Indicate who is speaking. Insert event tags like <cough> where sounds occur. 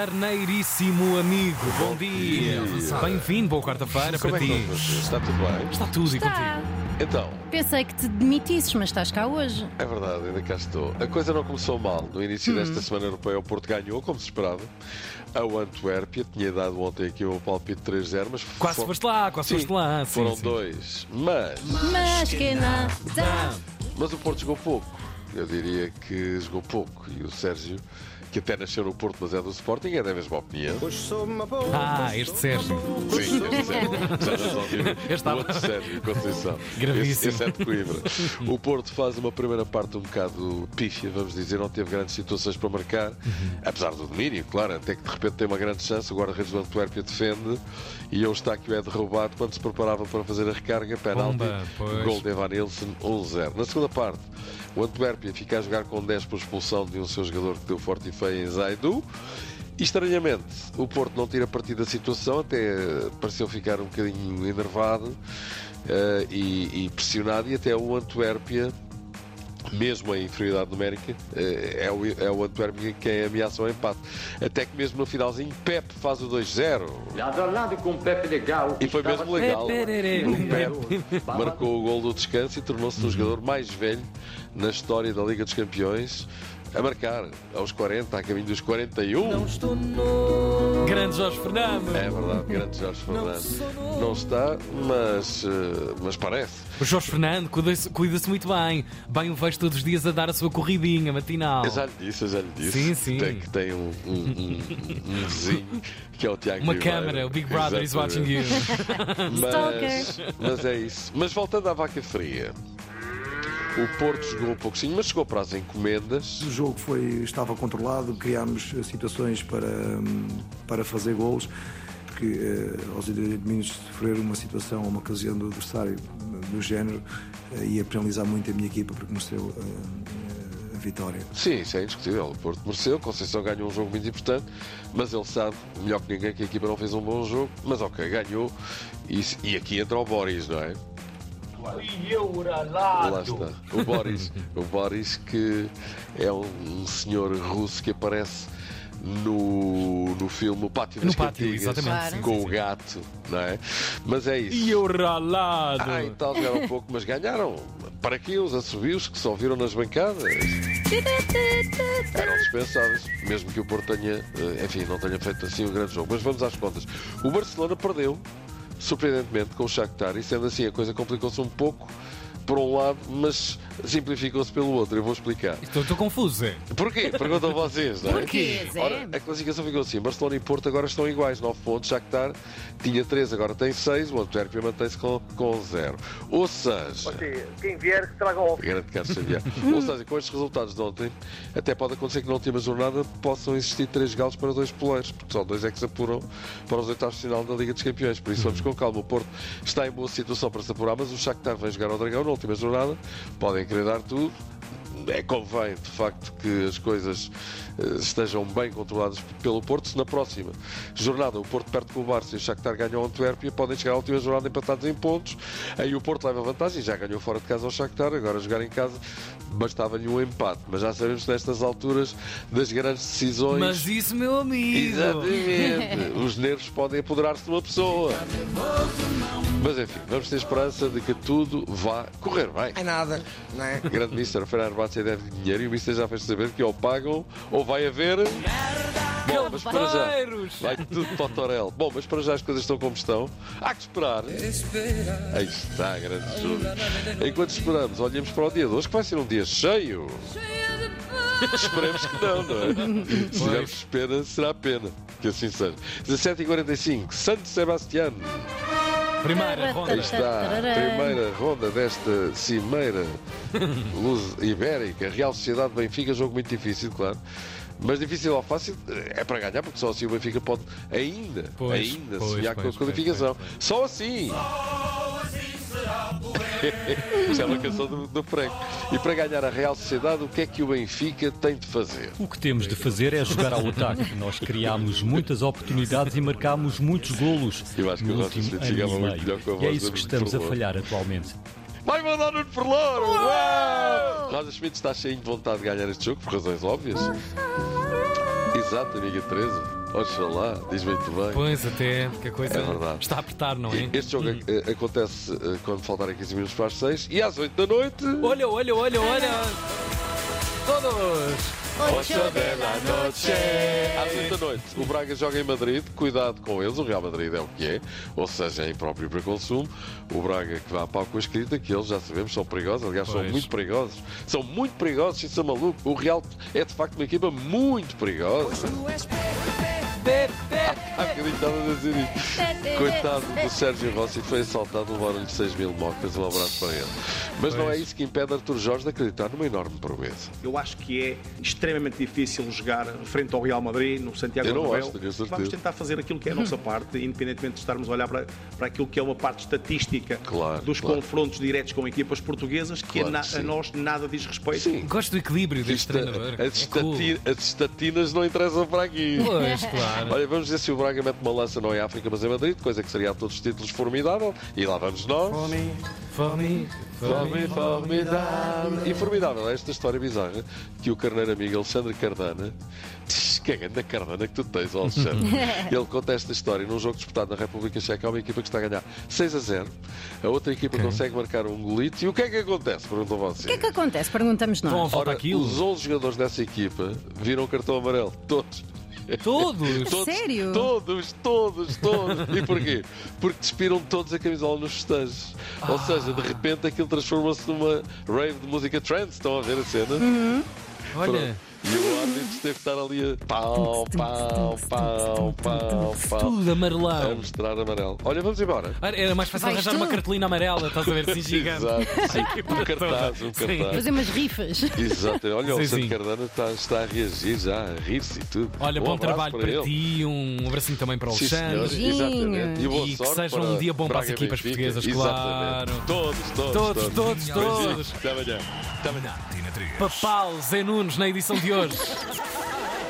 Speaker 1: Carneiríssimo amigo, bom dia. Bem-vindo, boa quarta-feira
Speaker 2: Como
Speaker 1: para
Speaker 2: é que
Speaker 1: ti.
Speaker 2: estão todos? Está tudo bem?
Speaker 1: Está tudo e
Speaker 3: Tá.
Speaker 1: contigo.
Speaker 2: Então,
Speaker 3: Pensei que te demitisses, mas estás cá hoje.
Speaker 2: é verdade, ainda cá estou. A coisa não começou mal. No início
Speaker 1: Hum.
Speaker 2: desta semana europeia, o Porto ganhou, como se esperava. A Antuérpia tinha dado ontem aqui o palpite 3-0, mas
Speaker 1: Quase
Speaker 2: for-
Speaker 1: foste lá, quase
Speaker 2: Sim,
Speaker 1: foste lá. Sim,
Speaker 2: foram
Speaker 1: sim.
Speaker 2: dois. Mas,
Speaker 3: Mas que Tá. nada.
Speaker 2: mas o Porto jogou pouco. Eu diria que jogou pouco. E o Sérgio, que até nasceu no Porto, mas é do Sporting, é da mesma opinião.
Speaker 1: Ah, este Sérgio.
Speaker 2: Sim, este Sérgio. Já não ouvi.
Speaker 1: Eu estava-
Speaker 2: O outro Sérgio, Conceição.
Speaker 1: Gravíssimo.
Speaker 2: Esse, esse é de Coimbra. O Porto faz uma primeira parte um bocado pífia, vamos dizer. Não teve grandes situações para marcar, apesar do domínio, claro. Até que de repente tem uma grande chance. O guarda-redes do Antuérpia defende e o Eustáquio é derrubado quando se preparava para fazer a recarga. Penalti,
Speaker 1: Pumba, pois.
Speaker 2: gol de Evanilson, 1-0. Na segunda parte, o Antuérpia fica a jogar com 10 por expulsão de um seu jogador que deu forte e feio em Zaidu. E estranhamente, o Porto não tira partido da situação, até pareceu ficar um bocadinho enervado eh, e, e pressionado, e até o Antuérpia, mesmo em inferioridade numérica, eh, é o, é o Antuérpia quem ameaça o empate. Até que mesmo no finalzinho, Pep faz o 2-0.
Speaker 4: Ladronado com o Pepe legal.
Speaker 2: E foi mesmo legal. Um
Speaker 1: Peperere.
Speaker 2: O <laughs> Pepe marcou o gol do descanso e tornou-se
Speaker 1: Uhum.
Speaker 2: o jogador mais velho na história da Liga dos Campeões a marcar aos 40, a caminho dos 41.
Speaker 1: Grande Jorge Fernandes.
Speaker 2: É verdade, grande Jorge Fernandes. Não está, mas, eh, mas parece.
Speaker 1: O Jorge Fernando cuida-se cuida-se muito bem. Bem o vejo todos os dias a dar a sua corridinha matinal.
Speaker 2: Eu já lhe disse, eu já lhe
Speaker 1: Sim,
Speaker 2: disse.
Speaker 1: sim.
Speaker 2: Que tem, que tem um, um- um- um vizinho que é o Tiago
Speaker 1: Uma
Speaker 2: Ribeiro.
Speaker 1: câmara, o Big Brother is watching
Speaker 2: Exatamente.
Speaker 1: you.
Speaker 2: Mas, mas é isso. Mas voltando à vaca fria. O Porto jogou um pouquinho, mas chegou para as encomendas.
Speaker 5: O jogo foi, estava controlado, criámos eh, situações para, hum, para fazer gols, que eh, aos 88 minutos sofrer uma situação, uma ocasião do adversário eh, do género, eh, ia penalizar muito a minha equipa porque mereceu eh, eh, a vitória.
Speaker 2: Sim, isso é indiscutível. O Porto mereceu, Conceição ganhou um jogo muito importante, mas ele sabe, melhor que ninguém, que a equipa não fez um bom jogo, mas ok, ganhou. E, se- e aqui entra o Boris, não é?
Speaker 6: E eu uralado.
Speaker 2: Lá está. O Boris, o Boris que é um, um senhor russo que aparece no, no filme O Pátio das
Speaker 1: No pátio,
Speaker 2: Cantigas,
Speaker 1: exatamente, sim,
Speaker 2: com
Speaker 1: sim,
Speaker 2: o
Speaker 1: sim.
Speaker 2: gato, não é? Mas é isso.
Speaker 1: E eu ralado.
Speaker 2: Ah, e tal, jogaram um pouco, mas ganharam. Para que os assobios que só viram nas bancadas? Eram dispensáveis, mesmo que o Porto tenha, eh, enfim, não tenha feito assim um grande jogo. Mas vamos às contas. O Barcelona perdeu, surpreendentemente, com o Shakhtar, e sendo assim a coisa complicou-se um pouco por um lado, mas simplificou-se pelo outro. Eu vou explicar.
Speaker 1: Estou, estou confuso. é?
Speaker 2: Porquê? Perguntam vocês, não é?
Speaker 3: Porquê, Zé?
Speaker 2: Ora, a classificação ficou assim. Barcelona e Porto agora estão iguais, 9 pontos. Shakhtar tinha 3, agora tem 6. O Antuérpia mantém-se com, com 0. Ou seja...
Speaker 6: Quem vier que traga o
Speaker 2: Grande Carlos Xavier. Ou seja, com estes resultados de ontem, até pode acontecer que na última jornada possam existir três galos para dois poleiros, porque só dois é que se apuram para os oitavos de final da Liga dos Campeões. Por isso vamos com calma. O Porto está em boa situação para se apurar, mas o Shakhtar vem jogar ao Dragão na última jornada. Podem querer dar tudo. É convém, de facto, que as coisas eh, estejam bem controladas pelo Porto. Se na próxima jornada o Porto perde com o Barça e o Shakhtar ganha o Antuérpia, podem chegar à última jornada empatados em pontos. Aí o Porto leva vantagem, já ganhou fora de casa ao Shakhtar, agora jogar em casa bastava-lhe um empate. Mas já sabemos que nestas alturas das grandes decisões...
Speaker 1: Mas isso, meu amigo.
Speaker 2: Exatamente. Os nervos podem apoderar-se de uma pessoa. Mas enfim, vamos ter esperança de que tudo vá correr bem.
Speaker 7: É nada, não é?
Speaker 2: <laughs> O grande Mister Fenerbahçe deve dinheiro e o Mister já fez saber que ou pagam ou vai haver. Bom, mas para já.
Speaker 1: Cavaleiros.
Speaker 2: Vai tudo para o Torel. Bom, mas para já as coisas estão como estão. Há que esperar. Aí está, grande Júlio. Enquanto esperamos, olhamos para o dia de hoje, que vai ser um dia cheio. Esperemos que não, não é? Se tivermos pena, será pena. Que assim seja. 17h45, Santo Sebastiano.
Speaker 1: Primeira ronda.
Speaker 2: Aí está a primeira ronda desta cimeira <laughs> luz ibérica. Real Sociedade Benfica, jogo muito difícil, claro. Mas difícil ou fácil é para ganhar, porque só assim o Benfica pode ainda,
Speaker 1: Pois,
Speaker 2: ainda
Speaker 1: pois, pois,
Speaker 2: sonhar com a
Speaker 1: pois,
Speaker 2: qualificação. Só assim! <laughs> Isso é uma canção do, do Franco. E para ganhar a Real Sociedade, o que é que o Benfica tem de fazer?
Speaker 8: O que temos de fazer é jogar ao ataque. Nós criámos muitas oportunidades e marcámos muitos golos.
Speaker 2: Eu acho que
Speaker 8: no
Speaker 2: o nosso
Speaker 8: último
Speaker 2: Smith
Speaker 8: ano
Speaker 2: chegava
Speaker 8: e
Speaker 2: muito
Speaker 8: meio.
Speaker 2: melhor com a
Speaker 8: E é
Speaker 2: voz
Speaker 8: isso
Speaker 2: do
Speaker 8: que estamos a
Speaker 2: Fernando.
Speaker 8: falhar atualmente.
Speaker 2: Vai mandar Nuno Perlouro! Uau! Rosa Schmidt está cheio de vontade de ganhar este jogo, por razões óbvias. E Exato, amiga Teresa. Oxalá, diz muito bem.
Speaker 1: Pois, até, porque a coisa
Speaker 2: É verdade.
Speaker 1: está a apertar, não é?
Speaker 2: Este jogo eh, acontece eh, quando faltarem 15 minutos para as 6 e às 8 da noite.
Speaker 1: Olha, olha, olha, olha! Todos!
Speaker 2: Às 8 da noite, o Braga joga em Madrid, cuidado com eles, o Real Madrid é o que é, ou seja, é impróprio para consumo. O Braga que vai a pau com a escrita, que eles já sabemos são perigosos, aliás, são
Speaker 1: Pois.
Speaker 2: muito perigosos, são muito perigosos, isso é maluco. O Real é de facto uma equipa muito perigosa. <laughs> Há bocadinho estava a dizer isto. Coitado do Sérgio Rossi, foi assaltado, levaram-lhe 6 mil mocas, um abraço para ele. Mas não é isso que impede Artur Jorge de acreditar numa enorme promessa.
Speaker 7: Eu acho que é extremamente difícil jogar frente ao Real Madrid no Santiago
Speaker 2: Eu não
Speaker 7: Bernabéu.
Speaker 2: acho, tenho certeza.
Speaker 7: Vamos tentar fazer aquilo que é a nossa parte, <laughs> independentemente de estarmos a olhar para, para aquilo que é uma parte estatística
Speaker 2: Claro,
Speaker 7: dos
Speaker 2: claro.
Speaker 7: confrontos diretos com equipas portuguesas, que
Speaker 2: Claro
Speaker 7: a, na-
Speaker 2: que sim.
Speaker 7: a nós nada diz respeito.
Speaker 2: Sim.
Speaker 1: Gosto do equilíbrio deste
Speaker 2: Isto-
Speaker 1: treinador.
Speaker 2: as,
Speaker 1: É cool.
Speaker 2: estati- as estatinas não interessam para aqui.
Speaker 1: Pois, claro.
Speaker 2: Olha, vamos ver se o Braga mete uma lança não é em África, mas em Madrid, coisa que seria a todos os títulos formidável. E lá vamos nós.
Speaker 1: Fome,
Speaker 2: Fome, formidável. E formidável é esta história bizarra que o carneiro amigo Alexandre Cardana. Tch, Que é grande Cardana que tu tens, ó
Speaker 3: <laughs>
Speaker 2: Alexandre. Ele conta esta história num jogo disputado na República Checa. Há uma equipa que está a ganhar 6 a 0. A outra equipa consegue marcar um golito. E o que é que acontece? Perguntam vocês.
Speaker 3: O que é que acontece? Perguntamos
Speaker 1: Estão a
Speaker 3: nós.
Speaker 1: falta
Speaker 2: Ora,
Speaker 1: aquilo.
Speaker 2: os 11 jogadores dessa equipa viram cartão amarelo. Todos.
Speaker 1: Todos!
Speaker 2: Todos,
Speaker 3: sério?
Speaker 2: Todos, todos, todos. E porquê? Porque despiram todos a camisola nos festejos. Ou seja, de repente aquilo transforma-se numa rave de música trance. Estão a ver a cena?
Speaker 1: Olha,
Speaker 2: E o árbitro teve de estar ali a pau, pau, pau, pau, pau.
Speaker 1: tudo
Speaker 2: A
Speaker 1: amarelado.
Speaker 2: mostrar amarelo. Olha, vamos embora.
Speaker 1: Olha, Era mais fácil
Speaker 3: Vais
Speaker 1: arranjar
Speaker 3: tu?
Speaker 1: uma cartolina amarela, estás a ver, assim gigante.
Speaker 2: Exato. sim. Um
Speaker 1: <laughs> toda.
Speaker 2: cartaz, um
Speaker 1: Sim.
Speaker 2: cartaz.
Speaker 3: Fazer umas rifas.
Speaker 2: Exato, olha, o
Speaker 1: Sim,
Speaker 2: Santo
Speaker 1: sim.
Speaker 2: Cardano está, está a reagir já, a rir-se e tudo.
Speaker 1: Olha,
Speaker 2: Um
Speaker 1: bom
Speaker 2: abraço
Speaker 1: trabalho para,
Speaker 2: ele.
Speaker 1: ti, um abracinho também para o
Speaker 2: Sim, senhora,
Speaker 1: Alexandre.
Speaker 2: exatamente. E, boa
Speaker 1: E que
Speaker 2: sorte
Speaker 1: seja um
Speaker 2: para
Speaker 1: dia bom para as
Speaker 2: Braga e
Speaker 1: equipas
Speaker 2: Benfica.
Speaker 1: portuguesas,
Speaker 2: Exatamente.
Speaker 1: claro.
Speaker 2: Todos, todos,
Speaker 1: Todos,
Speaker 2: todos.
Speaker 1: todos, todos.
Speaker 2: Beijinhos. Até amanhã.
Speaker 9: Tina 3.
Speaker 1: Papal Zé Nunes na edição de hoje.